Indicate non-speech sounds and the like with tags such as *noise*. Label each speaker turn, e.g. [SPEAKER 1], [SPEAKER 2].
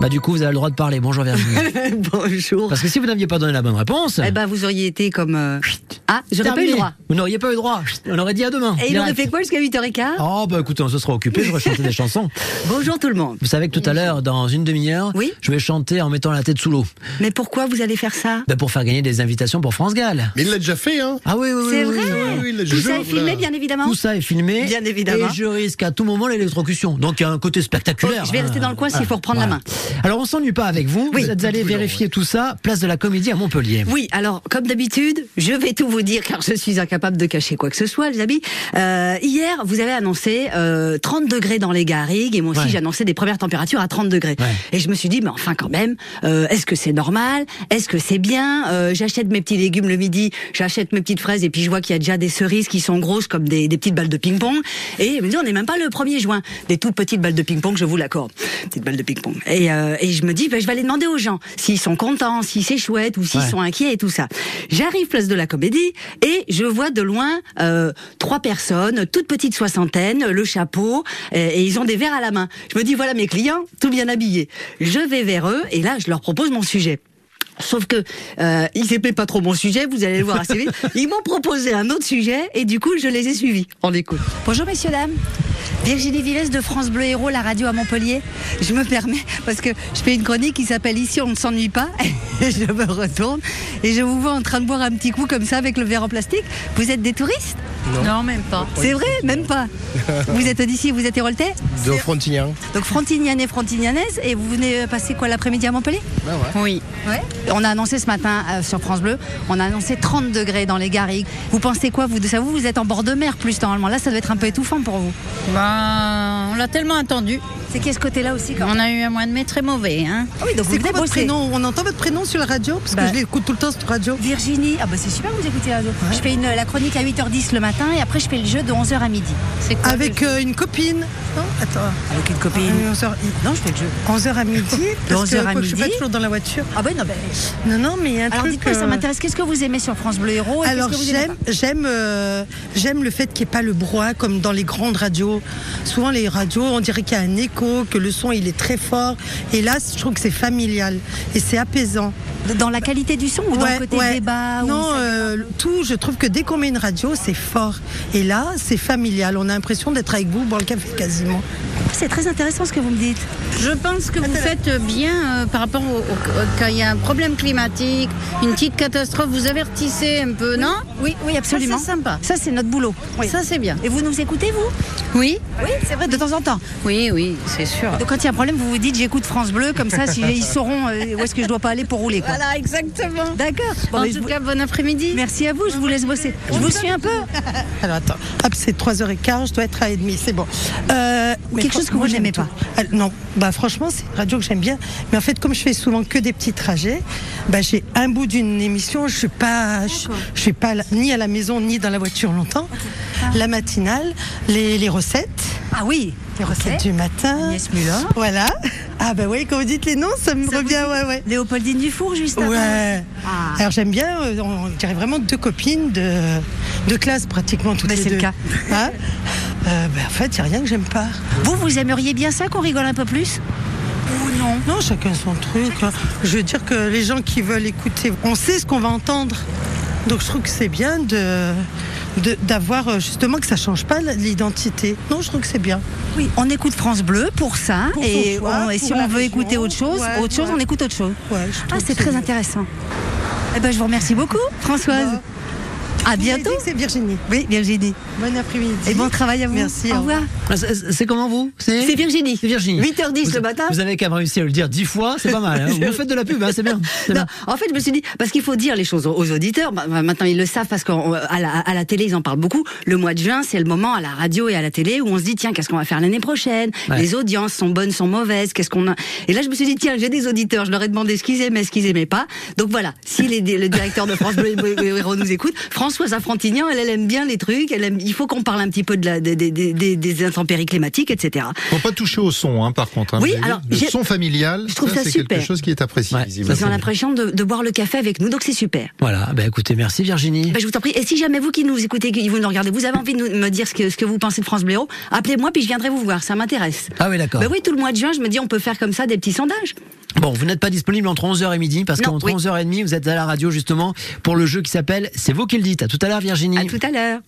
[SPEAKER 1] Bah du coup, vous avez le droit de parler. Bonjour
[SPEAKER 2] *laughs*
[SPEAKER 1] Virginie.
[SPEAKER 2] Bonjour.
[SPEAKER 1] Parce que si vous n'aviez pas donné la bonne réponse,
[SPEAKER 2] Eh ben, vous auriez été comme. euh, Ah, j'aurais pas eu
[SPEAKER 1] terminé.
[SPEAKER 2] le droit.
[SPEAKER 1] Vous n'auriez pas eu le droit. On aurait dit à demain.
[SPEAKER 2] Et il
[SPEAKER 1] Direct.
[SPEAKER 2] aurait fait quoi jusqu'à 8h15
[SPEAKER 1] Oh bah écoutez, on se sera occupé, je chanté
[SPEAKER 2] *laughs*
[SPEAKER 1] des chansons.
[SPEAKER 2] Bonjour tout le monde.
[SPEAKER 1] Vous savez que tout à l'heure, dans une demi-heure,
[SPEAKER 2] Oui.
[SPEAKER 1] je vais chanter en mettant la tête sous l'eau.
[SPEAKER 2] Mais pourquoi vous allez faire ça
[SPEAKER 1] Bah, pour faire gagner des invitations pour France Gall.
[SPEAKER 3] Mais il l'a déjà fait, hein
[SPEAKER 1] Ah oui, oui, oui.
[SPEAKER 2] C'est
[SPEAKER 1] oui, oui.
[SPEAKER 2] vrai
[SPEAKER 3] oui, le
[SPEAKER 2] Vous
[SPEAKER 3] jeu,
[SPEAKER 2] savez filmer,
[SPEAKER 3] là.
[SPEAKER 2] bien évidemment
[SPEAKER 1] Tout ça est filmé.
[SPEAKER 2] Bien évidemment.
[SPEAKER 1] Et je risque à tout moment l'électrocution. Donc il y a un côté spectaculaire.
[SPEAKER 2] Oh, je vais rester dans le coin s'il faut reprendre la main.
[SPEAKER 1] Alors on s'ennuie pas avec vous.
[SPEAKER 2] Oui.
[SPEAKER 1] Vous êtes allé vérifier tout ça, place de la comédie à Montpellier.
[SPEAKER 2] Oui, alors comme d'habitude, je vais tout vous dire car je suis incapable de cacher quoi que ce soit, les amis. Euh, hier, vous avez annoncé euh, 30 degrés dans les garrigues et moi aussi
[SPEAKER 1] Ouais.
[SPEAKER 2] j'ai annoncé des premières températures à 30 degrés.
[SPEAKER 1] Ouais.
[SPEAKER 2] Et je me suis dit, mais enfin quand même, euh, est-ce que c'est normal Est-ce que c'est bien Euh, J'achète mes petits légumes le midi, j'achète mes petites fraises et puis je vois qu'il y a déjà des cerises qui sont grosses comme des, des petites balles de ping-pong. Et je me dis, on n'est même pas le 1er juin. Des toutes petites balles de ping-pong, je vous l'accorde. Petites balles de ping-pong. Et, euh, et je me dis, ben, je vais aller demander aux gens s'ils sont contents, si c'est chouette ou s'ils
[SPEAKER 1] Ouais.
[SPEAKER 2] sont inquiets et tout ça. J'arrive place de la comédie et je vois de loin euh, trois personnes, toutes petites soixantaines, le chapeau, euh, et ils ont des verres à la main. Je me dis, voilà mes clients, tout bien habillés. Je vais vers eux et là, je leur propose mon sujet. Sauf que euh, ils aimaient pas trop mon sujet, vous allez le voir assez vite. Ils m'ont proposé un autre sujet et du coup je les ai suivis. On l'écoute.
[SPEAKER 4] Bonjour messieurs, dames. Virginie Villès de France Bleu Héros, la radio à Montpellier. Je me permets, parce que je fais une chronique qui s'appelle Ici on ne s'ennuie pas. *laughs* Et je me retourne et je vous vois en train de boire un petit coup comme ça avec le verre en plastique. Vous êtes des touristes non. même pas. C'est vrai, même pas. vous êtes d'ici, vous êtes héroltais
[SPEAKER 3] De Frontignan.
[SPEAKER 4] Donc frontignanais, frontignanaise. Et vous venez euh, passer quoi l'après-midi à Montpellier
[SPEAKER 3] Ah ouais.
[SPEAKER 4] Oui. On a annoncé ce matin euh, sur France Bleu, on a annoncé 30 degrés dans les garrigues. Vous pensez quoi vous de ça Vous, vous êtes en bord de mer plus normalement. Là, ça doit être un peu étouffant pour vous.
[SPEAKER 5] Ben, on l'a tellement attendu.
[SPEAKER 4] C'est qui ce côté-là aussi quand
[SPEAKER 5] On a eu un mois de mai très mauvais. Hein.
[SPEAKER 4] Ah oui, donc
[SPEAKER 6] C'est
[SPEAKER 4] vous venez
[SPEAKER 6] quoi votre
[SPEAKER 4] bosser.
[SPEAKER 6] prénom On entend votre prénom sur la radio Parce
[SPEAKER 4] Bah.
[SPEAKER 6] que je l'écoute tout le temps sur la radio.
[SPEAKER 4] Virginie, ah bah c'est super vous écoutez la radio. Je fais une, la chronique à 8h10 le matin et après je fais le jeu de 11h à midi.
[SPEAKER 5] C'est quoi
[SPEAKER 6] Avec euh, une copine. Non, attends.
[SPEAKER 2] Avec une copine.
[SPEAKER 6] Euh, 11 heures-
[SPEAKER 2] Non, je fais le jeu.
[SPEAKER 6] 11h à *laughs* midi. parce
[SPEAKER 2] 11 heures
[SPEAKER 6] que,
[SPEAKER 2] à
[SPEAKER 6] quoi que Je suis pas
[SPEAKER 2] midi.
[SPEAKER 6] toujours dans la voiture.
[SPEAKER 4] Ah bah non, bah,
[SPEAKER 6] Non, non, mais il y a un
[SPEAKER 4] alors
[SPEAKER 6] truc.
[SPEAKER 4] dites-moi ça
[SPEAKER 6] euh,
[SPEAKER 4] m'intéresse. Qu'est-ce que vous aimez sur France Bleu Héros et
[SPEAKER 6] Alors
[SPEAKER 4] qu'est-ce que vous aimez
[SPEAKER 6] j'aime, j'aime, euh, j'aime le fait qu'il n'y ait pas le brouhaha comme dans les grandes radios. Souvent les radios, on dirait qu'il y a un écho, que le son il est très fort. Et là, je trouve que c'est familial et c'est apaisant.
[SPEAKER 4] pas Dans la qualité du son ou dans le
[SPEAKER 6] Ouais,
[SPEAKER 4] côté
[SPEAKER 6] ouais.
[SPEAKER 4] débat ou
[SPEAKER 6] Non,
[SPEAKER 4] ça-
[SPEAKER 6] euh, tout. Je trouve que dès qu'on met une radio, c'est fort. Et là, c'est familial. On a l'impression d'être avec vous dans le café quasiment.
[SPEAKER 4] Ah, C'est très intéressant ce que vous me dites.
[SPEAKER 5] Je pense que vous faites bien euh, par rapport au, au- au- quand il y a un problème climatique, une petite catastrophe, vous avertissez un peu, non
[SPEAKER 4] Oui, oui, absolument.
[SPEAKER 5] Ça, c'est sympa.
[SPEAKER 4] Ça, c'est notre boulot.
[SPEAKER 5] Ça, c'est bien.
[SPEAKER 4] Et vous nous écoutez, vous
[SPEAKER 5] Oui
[SPEAKER 4] Oui, c'est vrai, de temps en temps.
[SPEAKER 5] Oui, oui, c'est sûr.
[SPEAKER 4] Donc quand il y a un problème, vous vous dites j'écoute France Bleu, comme ça si- ils sauront euh, où est-ce que je dois pas aller pour rouler. quoi.
[SPEAKER 5] Voilà, exactement.
[SPEAKER 4] D'accord. Bon,
[SPEAKER 5] en
[SPEAKER 4] mais je
[SPEAKER 5] tout
[SPEAKER 4] vous-
[SPEAKER 5] cas, bon après-midi.
[SPEAKER 4] Merci à vous, je vous laisse bosser. Je vous suis un peu.
[SPEAKER 6] Alors attends, hop, c'est 3h15, je dois être à 30 c'est bon. Euh, mais
[SPEAKER 4] Quelque chose que
[SPEAKER 6] franchement,
[SPEAKER 4] vous
[SPEAKER 6] j'aime
[SPEAKER 4] n'aimez
[SPEAKER 6] tout.
[SPEAKER 4] pas.
[SPEAKER 6] Ah, Non, bah franchement, c'est une radio que j'aime bien. Mais en fait, comme je fais souvent que des petits trajets, bah, j'ai un bout d'une émission, je suis pas, je, je suis pas à la- ni à la maison ni dans la voiture longtemps. La matinale, les, les recettes,
[SPEAKER 4] Ah oui.
[SPEAKER 6] les recettes du matin.
[SPEAKER 4] Agnès Muller.
[SPEAKER 6] Voilà. Ah bah oui, quand vous dites les noms, ça me
[SPEAKER 4] Ça vous
[SPEAKER 6] revient,
[SPEAKER 4] dit-
[SPEAKER 6] ouais, ouais.
[SPEAKER 4] Léopoldine Dufour, juste avant.
[SPEAKER 6] Ouais.
[SPEAKER 4] Ah.
[SPEAKER 6] Alors j'aime bien, euh, on dirait vraiment deux copines de, de classe pratiquement toutes
[SPEAKER 4] Mais
[SPEAKER 6] les
[SPEAKER 4] Bah, c'est le
[SPEAKER 6] deux.
[SPEAKER 4] cas.
[SPEAKER 6] Hein Euh, ben, en fait, il n'y a rien que j'aime pas.
[SPEAKER 4] Vous, vous aimeriez bien ça qu'on rigole un peu plus Ou non
[SPEAKER 6] Non, chacun son truc. hein. Je veux dire que les gens qui veulent écouter, on sait ce qu'on va entendre. Donc je trouve que c'est bien de de- d'avoir euh, justement que ça change pas l'identité. Non, je trouve que c'est bien.
[SPEAKER 4] Oui, on écoute France Bleu pour ça.
[SPEAKER 6] Pour son
[SPEAKER 4] et,
[SPEAKER 6] choix,
[SPEAKER 4] on- et
[SPEAKER 6] pour
[SPEAKER 4] si
[SPEAKER 6] la
[SPEAKER 4] on veut
[SPEAKER 6] région.
[SPEAKER 4] écouter autre chose,
[SPEAKER 6] Ouais,
[SPEAKER 4] autre chose,
[SPEAKER 6] ouais.
[SPEAKER 4] on écoute autre chose.
[SPEAKER 6] Ouais, je
[SPEAKER 4] Ah,
[SPEAKER 6] trouve
[SPEAKER 4] c'est
[SPEAKER 6] que
[SPEAKER 4] très
[SPEAKER 6] bien.
[SPEAKER 4] intéressant. Eh ben, je vous remercie beaucoup, Françoise.
[SPEAKER 6] Bah,
[SPEAKER 4] à
[SPEAKER 6] Vous m'avez
[SPEAKER 4] bientôt.
[SPEAKER 6] dit que C'est Virginie.
[SPEAKER 4] Oui, bien j'ai dit.
[SPEAKER 6] Bon après-midi.
[SPEAKER 4] Et bon travail à vous.
[SPEAKER 6] Merci,
[SPEAKER 4] Au
[SPEAKER 6] au
[SPEAKER 4] revoir.
[SPEAKER 1] Ah, C'est c'est comment vous
[SPEAKER 2] C'est Virginie.
[SPEAKER 1] C'est Virginie.
[SPEAKER 2] 8h10
[SPEAKER 1] Vous-
[SPEAKER 2] le matin.
[SPEAKER 1] Vous avez quand même réussi à le dire dix fois, c'est pas mal.
[SPEAKER 2] *laughs*
[SPEAKER 1] hein. Vous faites de la pub, hein, c'est bien. c'est
[SPEAKER 2] Non,
[SPEAKER 1] bien.
[SPEAKER 2] en fait, je me suis dit, parce qu'il faut dire les choses aux- aux auditeurs. Bah, bah, maintenant, ils le savent parce qu'à la, à la télé, ils en parlent beaucoup. Le mois de juin, c'est le moment à la radio et à la télé où on se dit, tiens, qu'est-ce qu'on va faire l'année prochaine
[SPEAKER 1] Ouais.
[SPEAKER 2] Les audiences sont bonnes, sont mauvaises Qu'est-ce qu'on a Et là, je me suis dit, tiens, j'ai des auditeurs. Je leur ai demandé ce qu'ils aimaient, ce qu'ils aimaient pas. Donc voilà, si les- le directeur de France Bleu Héros nous écoute, France Françoise à Frontignan, elle, elle aime bien les trucs. Elle aime- il faut qu'on parle un petit peu de la, des- des- des- des- des intempéries climatiques, etc.
[SPEAKER 3] Faut pas toucher au son, hein, par contre. hein,
[SPEAKER 2] Oui,
[SPEAKER 3] vous avez vu
[SPEAKER 2] alors,
[SPEAKER 3] le
[SPEAKER 2] j'ai-
[SPEAKER 3] son familial,
[SPEAKER 2] je trouve ça
[SPEAKER 3] c'est
[SPEAKER 2] super.
[SPEAKER 3] quelque chose qui est apprécié.
[SPEAKER 1] Ouais,
[SPEAKER 3] visiblement.
[SPEAKER 1] ça,
[SPEAKER 2] Ils ont l'impression de, de boire le café avec nous, donc c'est super.
[SPEAKER 1] Voilà, bah écoutez, merci Virginie.
[SPEAKER 2] Ben, je vous en prie. Et si jamais vous qui nous écoutez, qui vous nous regardez, vous avez envie de nous- me dire ce que, ce que vous pensez de France Blaireau, appelez-moi puis je viendrai vous voir, ça m'intéresse.
[SPEAKER 1] Ah oui, d'accord.
[SPEAKER 2] Ben oui, tout le mois de juin, je me dis on peut faire comme ça des petits sondages.
[SPEAKER 1] Bon, vous n'êtes pas disponible entre 11h et midi parce
[SPEAKER 2] Non,
[SPEAKER 1] qu'entre
[SPEAKER 2] oui.
[SPEAKER 1] 11h et demie, vous êtes à la radio justement pour le jeu qui s'appelle C'est vous qui le dites. À tout à l'heure Virginie.
[SPEAKER 2] À tout à l'heure.